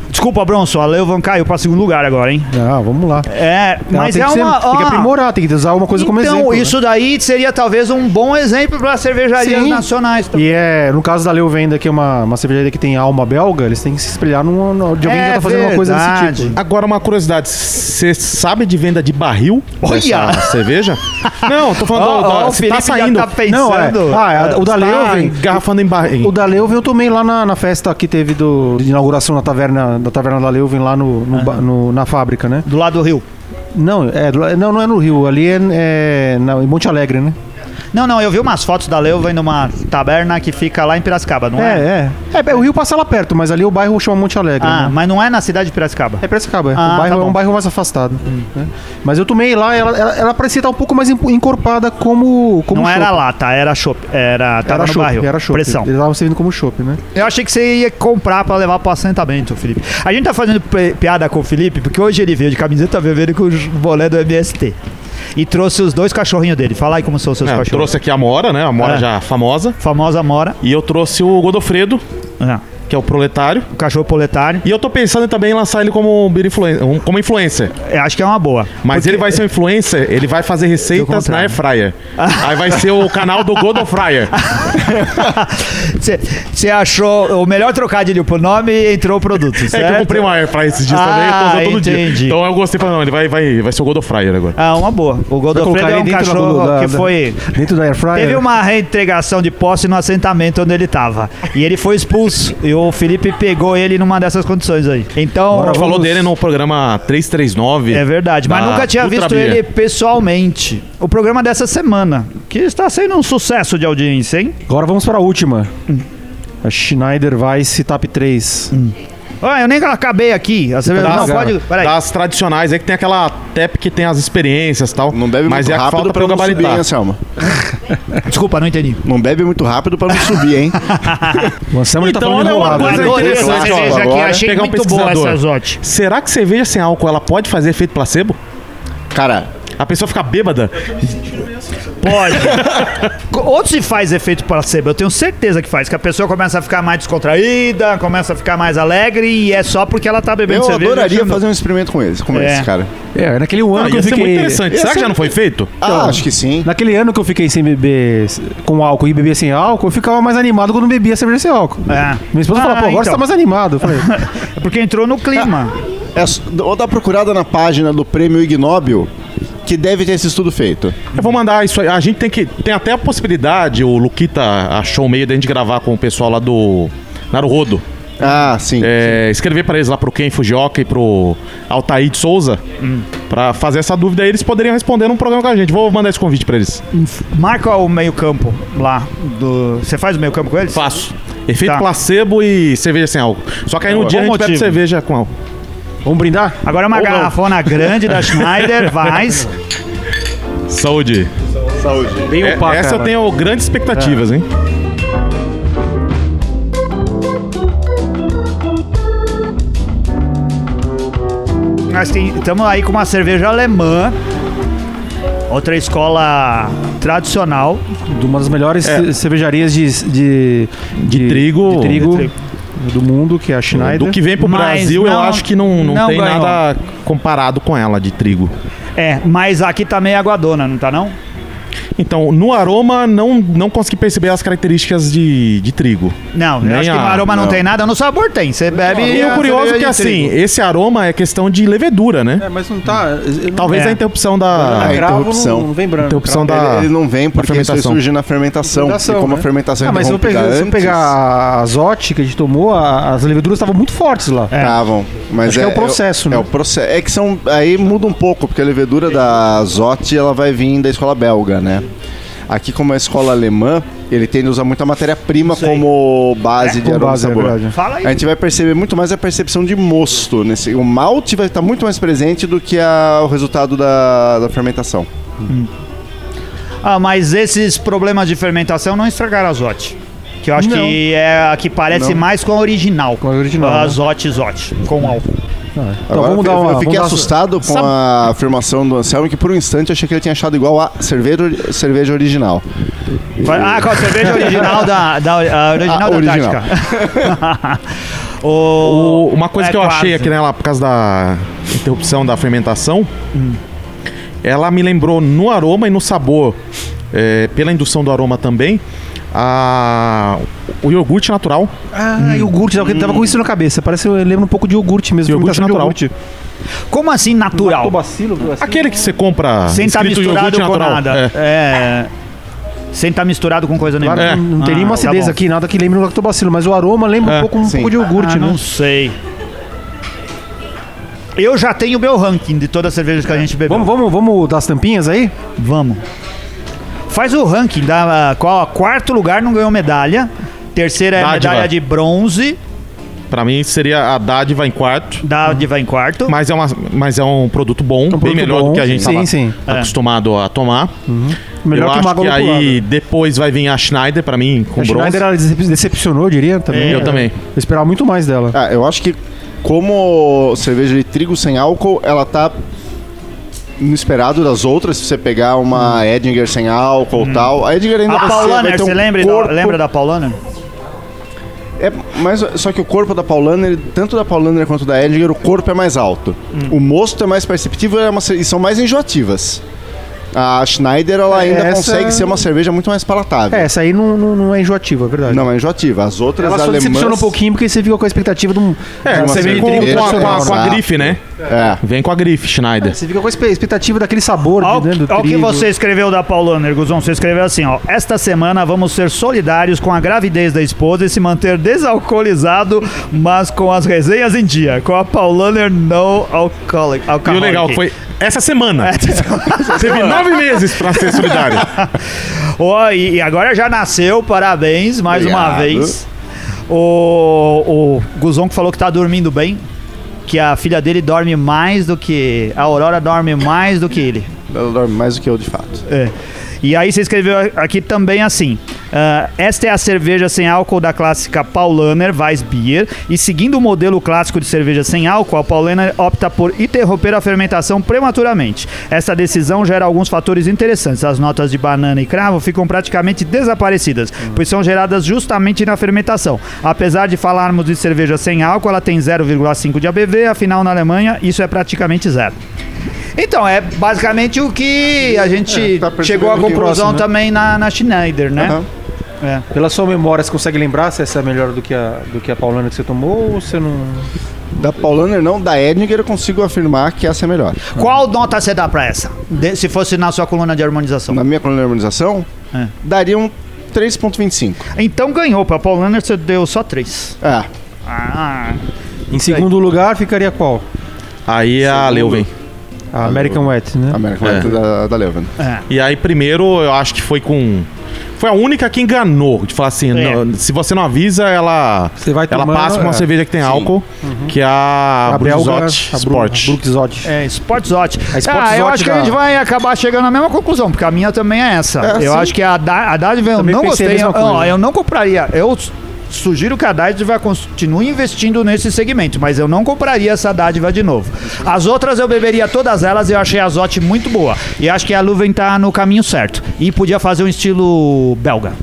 Desculpa, Bronson, a Leuvan caiu pra segundo lugar agora, hein?
Ah, vamos lá.
É,
Ela
mas
tem
é
que ser-
uma.
Tem que
ó,
aprimorar, tem que usar alguma coisa
então,
como exemplo. né?
isso daí seria talvez um bom exemplo para cervejarias
Sim.
nacionais. também.
E é, no caso da Leuvenda, que é uma, uma cervejaria que tem alma belga, eles têm que se espelhar numa, numa- de alguém
É
que já tá fazendo uma coisa desse
verdade.
tipo.
Agora, uma curiosidade: você sabe de venda de barril
Olha!
dessa cerveja?
tipo.
Não, tô falando
(laughs) Ó,
da-
ó,
da-
o
se
Felipe
tá
já
saindo.
tá
Não, é.
pensando.
Ah, é, o da
Tá
Leuven.
engarrafando em barril.
O da Leuven eu tomei lá na, na festa que teve do, de inauguração na taverna, da taverna da Leuven, lá no, no ba- no- na fábrica, né?
Do lado do rio.
Não, é, do- não, não é no Rio, ali é, é na- em Monte Alegre, né?
Não, não, eu vi umas fotos da Leuva numa taberna que fica lá em Piracicaba, não é?
É, é. É, o Rio passa lá perto, mas ali o bairro chama Monte Alegre.
Ah,
né?
mas não é na cidade de Piracicaba.
É Piracicaba, é.
Ah,
o bairro
tá
é
bom. Hum.
um bairro mais afastado. né? Mas eu tomei lá, ela, ela, ela parecia estar um pouco mais em- encorpada como. como
não era
chopp.
lá, tá? Era chopp. Era, tava
Era
no
chopp,
barril.
era chopp.
Pressão.
Eles estavam servindo como chopp, né?
Eu achei que você ia comprar pra levar pro assentamento, Felipe. A gente tá fazendo pe- piada com o Felipe, porque hoje ele veio de camiseta vermelha com o j- boné do MST. E trouxe os dois cachorrinhos dele. Fala aí como são os seus
É, eu
cachorros.
trouxe aqui a Mora, né? A Mora
É.
já famosa.
Famosa Mora.
E eu trouxe o Godofredo,
É,
que é o proletário.
o cachorro proletário.
E eu tô pensando também em lançar ele como, um beer influen- um- como influencer.
Eu acho que é uma boa.
Mas ele vai ser um influencer, ele vai fazer receitas na
contrário.
Airfryer. Aí vai ser o canal do Godofryer.
(laughs) Você achou o melhor trocadilho pro nome e entrou o produto. Certo?
(laughs) É que eu comprei uma Airfryer esses dias também, eu tô
Ah,
usando todo
entendi.
dia. Então eu gostei, falei, não, ele vai, vai, vai ser o Godofryer agora.
Ah, uma boa. O Godofredo
colocar
é
ele
um
dentro da
cachorro
Godo- da-
que
né?
da-
foi.
Dentro da Airfryer.
É.
Teve uma reentregação de posse no assentamento onde ele tava. E ele foi expulso. E o Felipe pegou ele numa dessas condições aí. Então.
A gente falou
vamos-
dele no programa 339.
É verdade, mas
da
nunca tinha
Ultra
visto
Beer.
ele pessoalmente. O programa dessa semana, que está sendo um sucesso de audiência, hein?
Agora vamos para a última.
Hum.
A Schneider Weiss Tap 3.
Ah, eu nem acabei aqui. Você...
Das,
Não, pode. Peraí.
das tradicionais, aí que tem aquela TEP que tem as experiências e tal.
Não bebe
mas
muito
é a que
rápido
falta
pra
pra eu
não subir,
gabaritar.
hein, Anselmo?
Desculpa, não entendi.
Não bebe muito rápido pra não subir, hein?
O Anselmo
Então,
tá falando
é
olha uma
enrolado.
coisa
né?
Adorei
aí.
essa
interessante, ó,
cerveja aqui,
agora.
achei
Pegar um
muito boa
pesquisador.
essa zote.
Será que cerveja sem álcool ela pode fazer efeito placebo?
Cara,
A pessoa fica bêbada? (laughs)
Pode. Ou se faz efeito placebo, eu tenho certeza que faz, que a pessoa começa a ficar mais descontraída, começa a ficar mais alegre e é só porque ela tá bebendo
eu
cerveja.
adoraria
achando-
fazer um experimento com esse, como
É.
esse, cara.
É, naquele ano
Ah,
que eu
ia ser muito
fiquei.
interessante. Será que já não foi feito?
Ah, acho que sim.
Naquele ano que eu fiquei sem beber s- com álcool e beber sem álcool, eu ficava mais animado quando bebia cerveja sem álcool.
É.
Minha esposa
Ah,
falou, pô, agora
então.
você tá mais animado. Eu falei,
É porque entrou no
(laughs)
clima.
É, s- ou dá procurada na página do Prêmio Ig Nobel, que deve ter esse estudo feito.
Eu vou mandar isso aí. A gente tem que. Tem até a possibilidade, o Luquita achou o meio da gente gravar com o pessoal lá do. Naruhodo.
Ah, sim.
É, escrever pra eles lá pro Ken Fujioka e pro Altair de Souza. Pra fazer essa dúvida aí, eles poderiam responder num programa com a gente. Vou mandar esse convite pra eles.
Marca o meio-campo lá. do- Você faz o meio-campo com eles?
Faço. Efeito
Tá.
placebo e cerveja sem álcool. Só que aí no dia a gente
bom
bebe
motivo.
cerveja com álcool.
Vamos brindar?
Agora é uma garrafona grande da Schneider, Weiss.
Saúde.
Bem
É, essa eu tenho grandes expectativas, hein?
Nós estamos aí com uma cerveja alemã. Outra escola tradicional.
De uma das melhores ce- cervejarias de, de, de,
trigo.
de trigo do mundo, que é a Schneider.
Do que vem pro
Mas
Brasil, eu
não-
acho que não, não,
não
tem
ganhou.
nada comparado com ela de trigo.
É, mas aqui tá meio aguadona, não tá não?
Então, no aroma, não, não consegui perceber as características de, de trigo.
Não,
Nem
eu acho que
a-
no aroma não,
não.
tem nada, no sabor tem. Você bebe.
E o
a
curioso é
cerveja
que,
de
assim,
trigo.
esse aroma é questão de levedura, né?
É, mas não tá. eu não-
Talvez
É.
a interrupção da...
É,
Ah, cravo
interrupção.
Não, não vem branco.
Interrupção
cravo.
da-
Ele, ele não vem porque isso
fermentação.
surge na fermentação.
Fermentação,
e como
né?
a fermentação é
Ah, mas se eu,
interrompida
pegar, se eu
antes,
pegar a Zote que a gente tomou, a- as leveduras estavam muito fortes lá.
Travam. Mas
Acho que é o processo,
é,
né?
É o processo. É que são. Aí muda um pouco, porque a levedura da Zotti ela vai vir da escola belga, né? Aqui, como é a escola alemã, ele tende a usar muita matéria-prima como base de
com
aroma
base,
e
é
sabor.
verdade.
Fala aí.
A gente vai perceber muito mais a percepção de mosto. Nesse, o malte vai estar muito mais presente do que a- o resultado da, da fermentação.
Ah, mas esses problemas de fermentação não estragaram a Zote. Que eu acho que é a que parece mais com a original. Com
a original,
A
né?
Zote Zote, com álcool.
Então vamos
eu,
dar uma.
eu fiquei
vamos dar-
assustado com a afirmação do Anselmo, que por um instante eu achei que ele tinha achado igual a cerveja, cerveja original.
Ah, com a cerveja original da, da a original
Ah,
da
original.
Tática. o...
O- uma coisa
É,
que eu
quase.
achei aqui nela por causa da interrupção da fermentação,
Hum.
ela me lembrou no aroma e no sabor, é, pela indução do aroma também, a, o iogurte natural.
Ah, iogurte, eu tava com isso na cabeça. Parece eu lembro um pouco de iogurte mesmo.
Iogurte É.
fermentação de
natural.
Iogurte.
Como assim natural?
Lactobacilo, assim.
Aquele que você compra
Sem
tá
estar
escrito
misturado com
iogurte natural.
nada.
É.
É. Sem estar misturado com coisa nenhuma.
Claro,
É.
Não tem
Ah,
nenhuma
tá
acidez
bom.
aqui, nada que lembre o lactobacilo, mas o aroma lembra
É.
um, pouco, um
Sim.
pouco de iogurte,
Ah,
né?
não sei. Eu já tenho meu ranking de todas as cervejas que a gente bebeu.
Vamos, vamos, vamos dar as tampinhas aí?
Vamos. Faz o ranking da ah, qual quarto lugar não ganhou medalha. Terceira é
Dádiva.
medalha de bronze,
É, Pra mim seria a dádiva em quarto,
dádiva em quarto.
mas é, uma, mas é um produto bom, bem
produto
melhor
bom,
do que a gente
sim,
estava
sim. É.
acostumado a tomar.
Melhor
eu
que
acho
Mago
que
Lupulado.
aí depois vai vir a Schneider pra mim com
A
bronze. É.
Schneider ela decep- decepcionou, eu diria, também. É.
Eu também.
Eu esperava muito mais dela.
Ah, eu acho que como cerveja de trigo sem álcool, ela tá no esperado das outras, se você pegar
Hum.
uma Edinger sem álcool e tal. A Edinger ainda
A
vai ser-
Paulaner,
vai ter
você
um
lembra,
corpo,
da, lembra da Paulaner?
É, mas só que o corpo da Paulaner, tanto da Paulaner quanto da Edinger, o corpo é mais alto.
Hum.
O mosto é mais perceptível é uma cer- e são mais enjoativas. A Schneider ela ainda
É, Essa-
consegue ser uma cerveja muito mais palatável.
É, essa aí não, não, não é enjoativa, é verdade.
Não, é enjoativa. As outras
Ela só
alemãs...
decepciona um pouquinho porque você fica com a expectativa de um.
É,
de uma
você vem
cerveja
com,
de trigo
com a, com a-
tradicional,
com a
né?
Exato.
grife, né?
É.
Vem com a grife, Schneider.
Você fica com a espe- expectativa daquele sabor de, né, do
Olha o que
trigo.
você escreveu da Paulaner, Guzon. Você escreveu assim, ó. Esta semana vamos ser solidários com a gravidez da esposa e se manter desalcoolizado, mas com as resenhas em dia. Com a Paulaner no alcoholic.
E o
alcoholic.
legal foi essa
É,
semana. Teve nove meses pra ser solidário.
(laughs)
Ó, e e agora já nasceu, parabéns mais uma
Obrigado.
vez. O, o Guzon que falou que tá dormindo bem, que a filha dele dorme mais do que. A Aurora dorme mais do que ele.
Ela dorme mais do que eu, de fato.
É. E aí você escreveu a- aqui também assim: ah, esta é a cerveja sem álcool da clássica Paulaner Weissbier. E seguindo o modelo clássico de cerveja sem álcool, a Paulaner opta por interromper a fermentação prematuramente. Esta decisão gera alguns fatores interessantes. As notas de banana e cravo ficam praticamente desaparecidas, pois são geradas justamente na fermentação. Apesar de falarmos de cerveja sem álcool, ela tem 0,5 de ABV, afinal na Alemanha isso é praticamente zero. Então, é basicamente o que a gente
tá percebendo
chegou à
que o
conclusão
próximo, né?
também na, na Schneider, né?
Aham.
É.
Pela sua memória, você consegue lembrar se essa é melhor do que a, do que a paulana que você tomou ou você não.
Da Paulaner não, da Edinger eu consigo afirmar que essa é melhor.
Qual nota você dá pra essa? De- se fosse na sua coluna de harmonização.
Na minha coluna de harmonização,
É.
daria um 3.25.
Então ganhou, pra Paul Leonard você deu só 3.
É,
Ah,
Em segundo lugar, ficaria qual?
Aí a Leuven.
A American Wet, né?
American
É.
Light da, da Leuven.
é.
E aí primeiro eu acho que foi com... Foi a única que enganou, de falar assim,
É.
não, se você não avisa, ela
Você vai
ela
tomando,
passa com uma
é.
cerveja que tem álcool,
Uhum.
que é a,
belga,
Bruzot
a Bru-
Sport.
Bruzot.
É, Sportzot.
A Sportzot
Ah, eu acho que a
da-
gente vai acabar chegando à mesma conclusão, porque a minha também é essa.
É,
eu
sim.
acho que a, da, a Dádiva eu
Também
não
pensei a
gostei. Eu,
mesma
ó,
coisa.
eu não compraria. Eu s- sugiro que a Dádiva continue investindo nesse segmento, mas eu não compraria essa Dádiva de novo. As outras eu beberia todas elas e eu achei a Zote muito boa. E acho que a Luven tá no caminho certo. E podia fazer um estilo belga.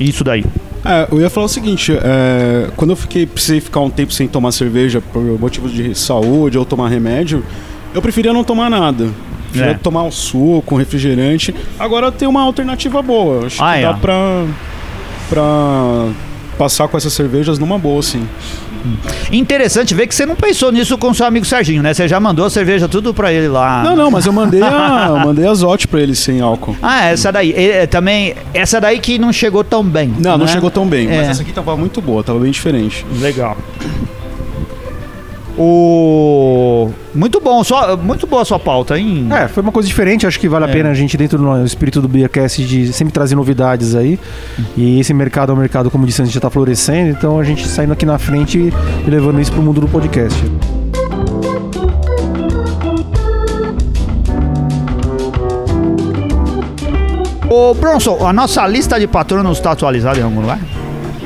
Isso daí.
É, eu ia falar o seguinte, é, quando eu fiquei, precisei ficar um tempo sem tomar cerveja por motivos de saúde ou tomar remédio, eu preferia não tomar nada. Direto
É.
tomar um suco, um refrigerante. Agora tem uma alternativa boa. Acho
Ah,
que
é.
dá pra, pra passar com essas cervejas numa boa, assim.
Interessante ver que você não pensou nisso com seu amigo Serginho, né? Você já mandou a cerveja tudo pra ele lá.
Não, não, mas eu mandei a,
(laughs)
eu mandei a Zote pra ele sem álcool.
Ah, essa daí. É, é, também, essa daí que não chegou tão bem.
Não, não
né?
chegou tão bem, mas
É.
essa aqui tava muito boa, tava bem diferente.
Legal. O... Muito bom, só, muito boa a sua pauta, hein?
É, foi uma coisa diferente, acho que vale a pena a gente, dentro do espírito do Beercast, de sempre trazer novidades aí. E esse mercado é um mercado, como disse antes, já tá florescendo, então a gente saindo aqui na frente e levando isso pro mundo do podcast.
É.
Ô, Bronson, a nossa lista de patronos está atualizada em algum lugar?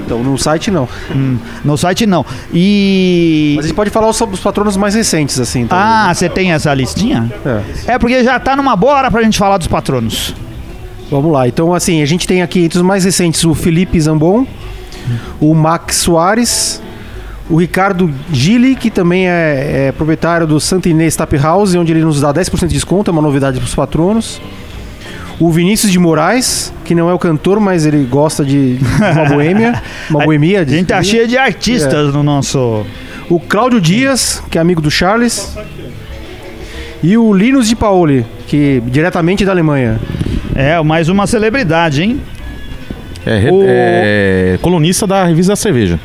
Então, no site não.
Hum, no site não. E.
Mas a gente pode falar sobre os patronos mais recentes, assim. então.
Ah, você tem essa listinha?
É.
É porque já tá numa boa hora pra gente falar dos patronos.
Vamos lá. Então, assim, a gente tem aqui entre os mais recentes o Felipe Zambon, o Max Soares, o Ricardo Gili, que também é, é proprietário do Santa Inês Tap House, onde ele nos dá 10% de desconto, é uma novidade para os patronos. O Vinícius de Moraes, que não é o cantor, mas ele gosta de uma
(laughs)
boêmia, uma boemia.
A gente tá cheio de
É.
artistas no nosso.
O Cláudio Dias, que é amigo do Charles. E o Linus de Paoli, que diretamente da Alemanha.
É, mais uma celebridade, hein?
É, re-
O-
é colunista da revista da cerveja.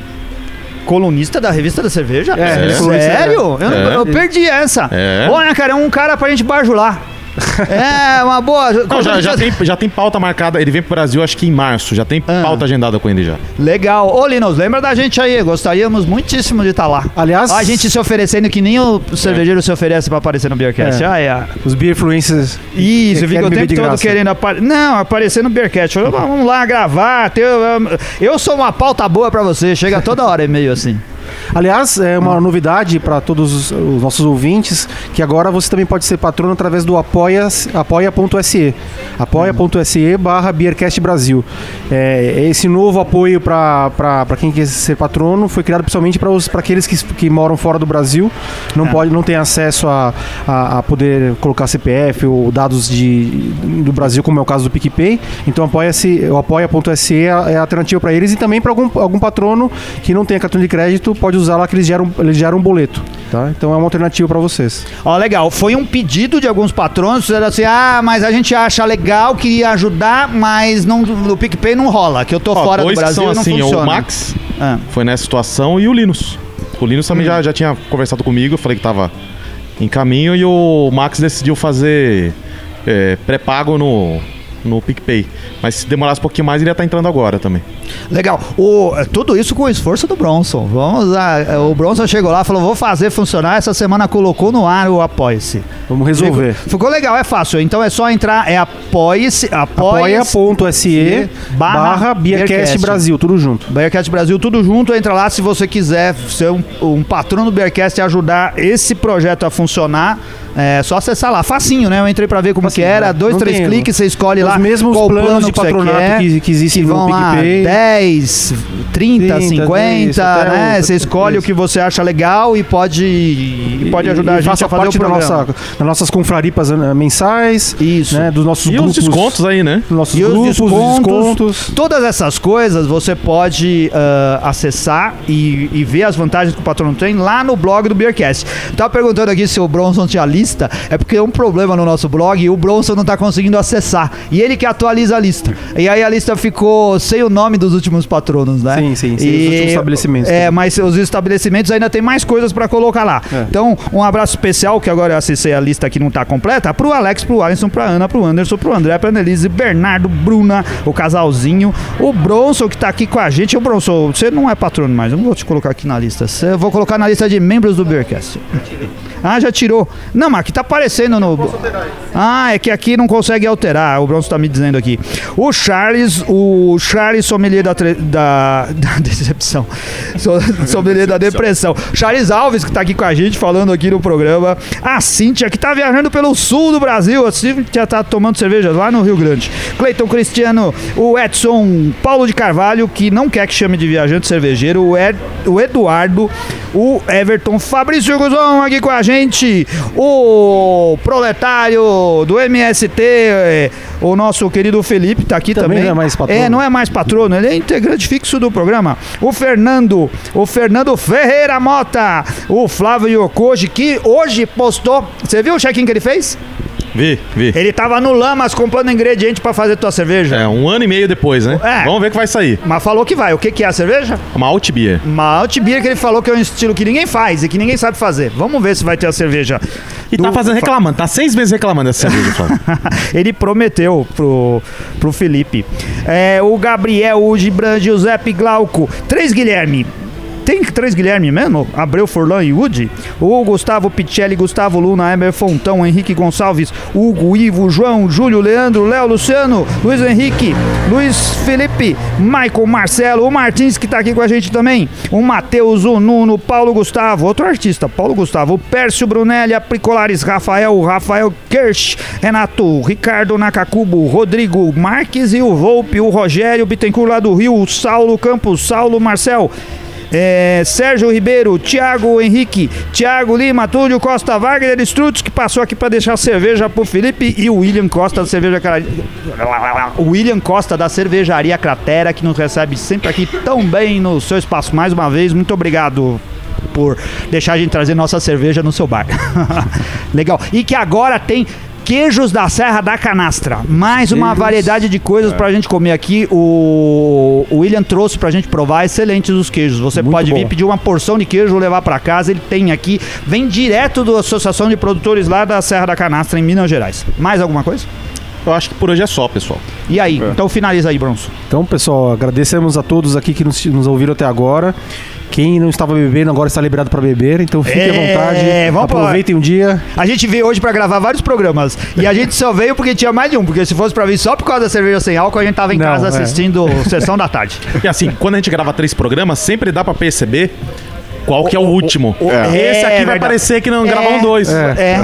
Colunista da revista da cerveja?
É, ele é colunista,
Sério? Eu, não-
É.
eu perdi essa.
É.
Olha, cara, é um cara pra gente
(laughs)
bajular. é, uma boa. assim,
Não, já, já tem, já tem pauta marcada. Ele vem pro Brasil acho que em março. Já tem
Ah.
pauta agendada com ele já.
Legal. Ô, Linus, lembra da gente aí. Gostaríamos muitíssimo de estar lá.
Aliás-
A gente se oferecendo que nem o cervejeiro se oferece pra aparecer no Beercast.
É.
Ah, é.
Os Beerfluencers.
Isso,
Quer-
fica
quer me ver
o tempo
de
todo
graça.
querendo aparecer. Não, aparecer no Beercast. Falou, Vamos lá gravar. tem- eu- Eu sou uma pauta boa pra você. Chega toda hora e meio assim.
Aliás, é uma novidade para todos os, os nossos ouvintes que agora você também pode ser patrono através do apoia- apoia.se. Apoia.se barra Beercast Brasil. É, esse novo apoio para quem quer ser patrono foi criado principalmente para aqueles que, que moram fora do Brasil, não,
É.
pode, não tem acesso a, a, a poder colocar CPF ou dados de, do Brasil, como é o caso do PicPay. Então apoia-se, o apoia.se é a é a alternativa para eles e também para algum, algum patrono que não tenha cartão de crédito pode usar lá que eles geram, eles geram um boleto. Tá? Então é uma alternativa para vocês.
Ó, legal. Foi um pedido de alguns patronos, era assim, ah, mas a gente acha legal, queria ajudar, mas não, no PicPay não rola, que eu tô
Ó,
fora do
dois que
Brasil
são
e não
assim,
funciona.
o Max
Ah.
foi nessa situação e o Linus. O Linus também já, já tinha conversado comigo, eu falei que tava em caminho e o Max decidiu fazer é, pré-pago no, no PicPay. Mas se demorasse um pouquinho mais, ele ia estar entrando agora também.
Legal. O, é, tudo isso com o esforço do Bronson. Vamos lá. é, O Bronson chegou lá, falou, vou fazer funcionar, essa semana colocou no ar o Apoia-se.
Vamos resolver.
Ficou, ficou legal, é fácil. Então é só entrar, é apoia-se, apoia-se.
Apoia.se
barra
barra Beercast
Beercast.
Brasil, tudo junto.
Bearcast Brasil, tudo junto, entra lá se você quiser ser um, um patrão do Bearcast e ajudar esse projeto a funcionar. É só acessar lá, facinho, né? Eu entrei pra ver como que era,
né?
dois,
Não
três
tem erro.
cliques, você escolhe
Os
lá
mesmos
qual
planos
plano
de
que você
patronato
quer,
que- que existem
que
no
vão lá,
PicPay.
10, 30,
30,
50,
isso, até
né?
o-
Você escolhe o
isso.
que você acha legal e pode, e pode
E-
ajudar
e
a gente
faça
a fazer o
parte da
programa.
nossa, das nossas confraripas eh, mensais,
Isso.
né, dos nossos
E os
grupos.
descontos aí, né?
dos nossos
E os
grupos,
descontos,
descontos.
Todas essas coisas você pode ah, acessar e, e ver as vantagens que o patrono tem lá no blog do Beercast. Tá perguntando aqui se o Bronson tinha lista, é porque é um problema no nosso blog e o Bronson não tá conseguindo acessar. E ele que atualiza a lista. E aí a lista ficou sem o nome dos últimos patronos, né?
Sim, sim, sem os
E-
últimos estabelecimentos.
É, mas os estabelecimentos ainda tem mais coisas pra colocar lá.
É.
Então, um abraço especial, que agora eu acessei a lista que não tá completa, pro Alex, pro Alisson, pra Ana, pro Anderson, pro André, pra Annelise, Bernardo, Bruna, o casalzinho, o Bronson, que tá aqui com a gente. Ô, Bronson, você não é patrono mais, eu não vou te colocar aqui na lista. Você- Eu vou colocar na lista de membros do Beercast. Ah, já tirou. Não, mas aqui tá aparecendo no. Ah, é que aqui não consegue alterar. O Bronson tá me dizendo aqui. O Charles, o Charles Sommelier da, tre- da, (laughs) da decepção. So- Sommelier da depressão. Charles Alves, que tá aqui com a gente, falando aqui no programa. A Cíntia, que tá viajando pelo sul do Brasil. A Cíntia tá tomando cerveja lá no Rio Grande. Cleiton Cristiano, o Edson Paulo de Carvalho, que não quer que chame de viajante cervejeiro. O, Ed- o Eduardo, o Everton Fabrício Guzon aqui com a gente. Primeiramente, o proletário do MST, é, o nosso querido Felipe, tá aqui
Também
também.
não é mais patrono.
É, não é mais patrono, ele é integrante fixo do programa. O Fernando, o Fernando Ferreira Mota, o Flávio Yokoji, que hoje postou. Você viu o check-in que ele fez?
Vi, vi.
Ele tava no Lamas comprando ingrediente pra fazer tua cerveja.
É, um ano e meio depois, né?
É.
Vamos ver o que vai sair.
Mas falou que vai. O que, que é a cerveja?
Uma alt beer.
Malte beer que ele falou que é um estilo que ninguém faz e que ninguém sabe fazer. Vamos ver se vai ter a cerveja.
E tá
Do-
fazendo reclamando, tá seis meses reclamando (laughs) dessa cerveja, só.
(laughs) Ele prometeu pro, pro Felipe. É, o Gabriel, o Gibran, Giuseppe Glauco. Três Guilherme. Tem três Guilherme mesmo? Abreu Forlan e Woody? O Gustavo Picelli, Gustavo Luna, Emer Fontão, Henrique Gonçalves, Hugo, Ivo, João, Júlio, Leandro, Léo, Luciano, Luiz Henrique, Luiz Felipe, Maicon, Marcelo, o Martins que tá aqui com a gente também, o Matheus, o Nuno, Paulo Gustavo, outro artista, Paulo Gustavo, o Pércio Brunelli, a Pricolares, Rafael, o Rafael Kirsch, Renato, Ricardo Nakakubo, Rodrigo Marques e o Volpe, o Rogério Bittencourt lá do Rio, o Saulo Campos, Saulo Marcel. é, Sérgio Ribeiro, Thiago Henrique, Thiago Lima, Túlio Costa Wagner Strutz, que passou aqui pra deixar a cerveja pro Felipe e o William Costa da cerveja Cara- o William Costa da cervejaria Cratera que nos recebe sempre aqui tão bem no seu espaço mais uma vez. Muito obrigado por deixar a gente trazer nossa cerveja no seu bar. (laughs) Legal. E que agora tem queijos da Serra da Canastra. Mais uma variedade de coisas pra gente comer aqui. O, o William trouxe pra gente provar excelentes os queijos. Você pode vir pedir uma porção de queijo, levar pra casa. Ele tem aqui, vem direto da Associação de Produtores lá da Serra da Canastra em Minas Gerais. Mais alguma coisa?
Eu acho que por hoje é só, pessoal.
E aí? Então finaliza aí, Bronson.
Então, pessoal, agradecemos a todos aqui que nos, nos ouviram até agora. Quem não estava bebendo agora está liberado para beber, então fique à
É,
vontade.
vamos pra lá.
Aproveitem um dia.
A gente veio hoje pra gravar vários programas. E a gente só veio porque tinha mais de um. Porque se fosse pra vir só por causa da cerveja sem álcool, a gente tava em
Não,
casa
é.
assistindo
(laughs)
Sessão da Tarde.
E assim, quando a gente grava três programas, sempre dá pra perceber qual que é o último.
É.
Esse aqui
É
vai
verdade.
parecer que não
É.
gravamos dois.
É.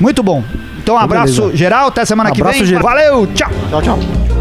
Muito bom. Então, abraço
beleza.
geral. Até semana que
Abraço
vem.
geral.
Valeu, tchau.
Tchau, tchau.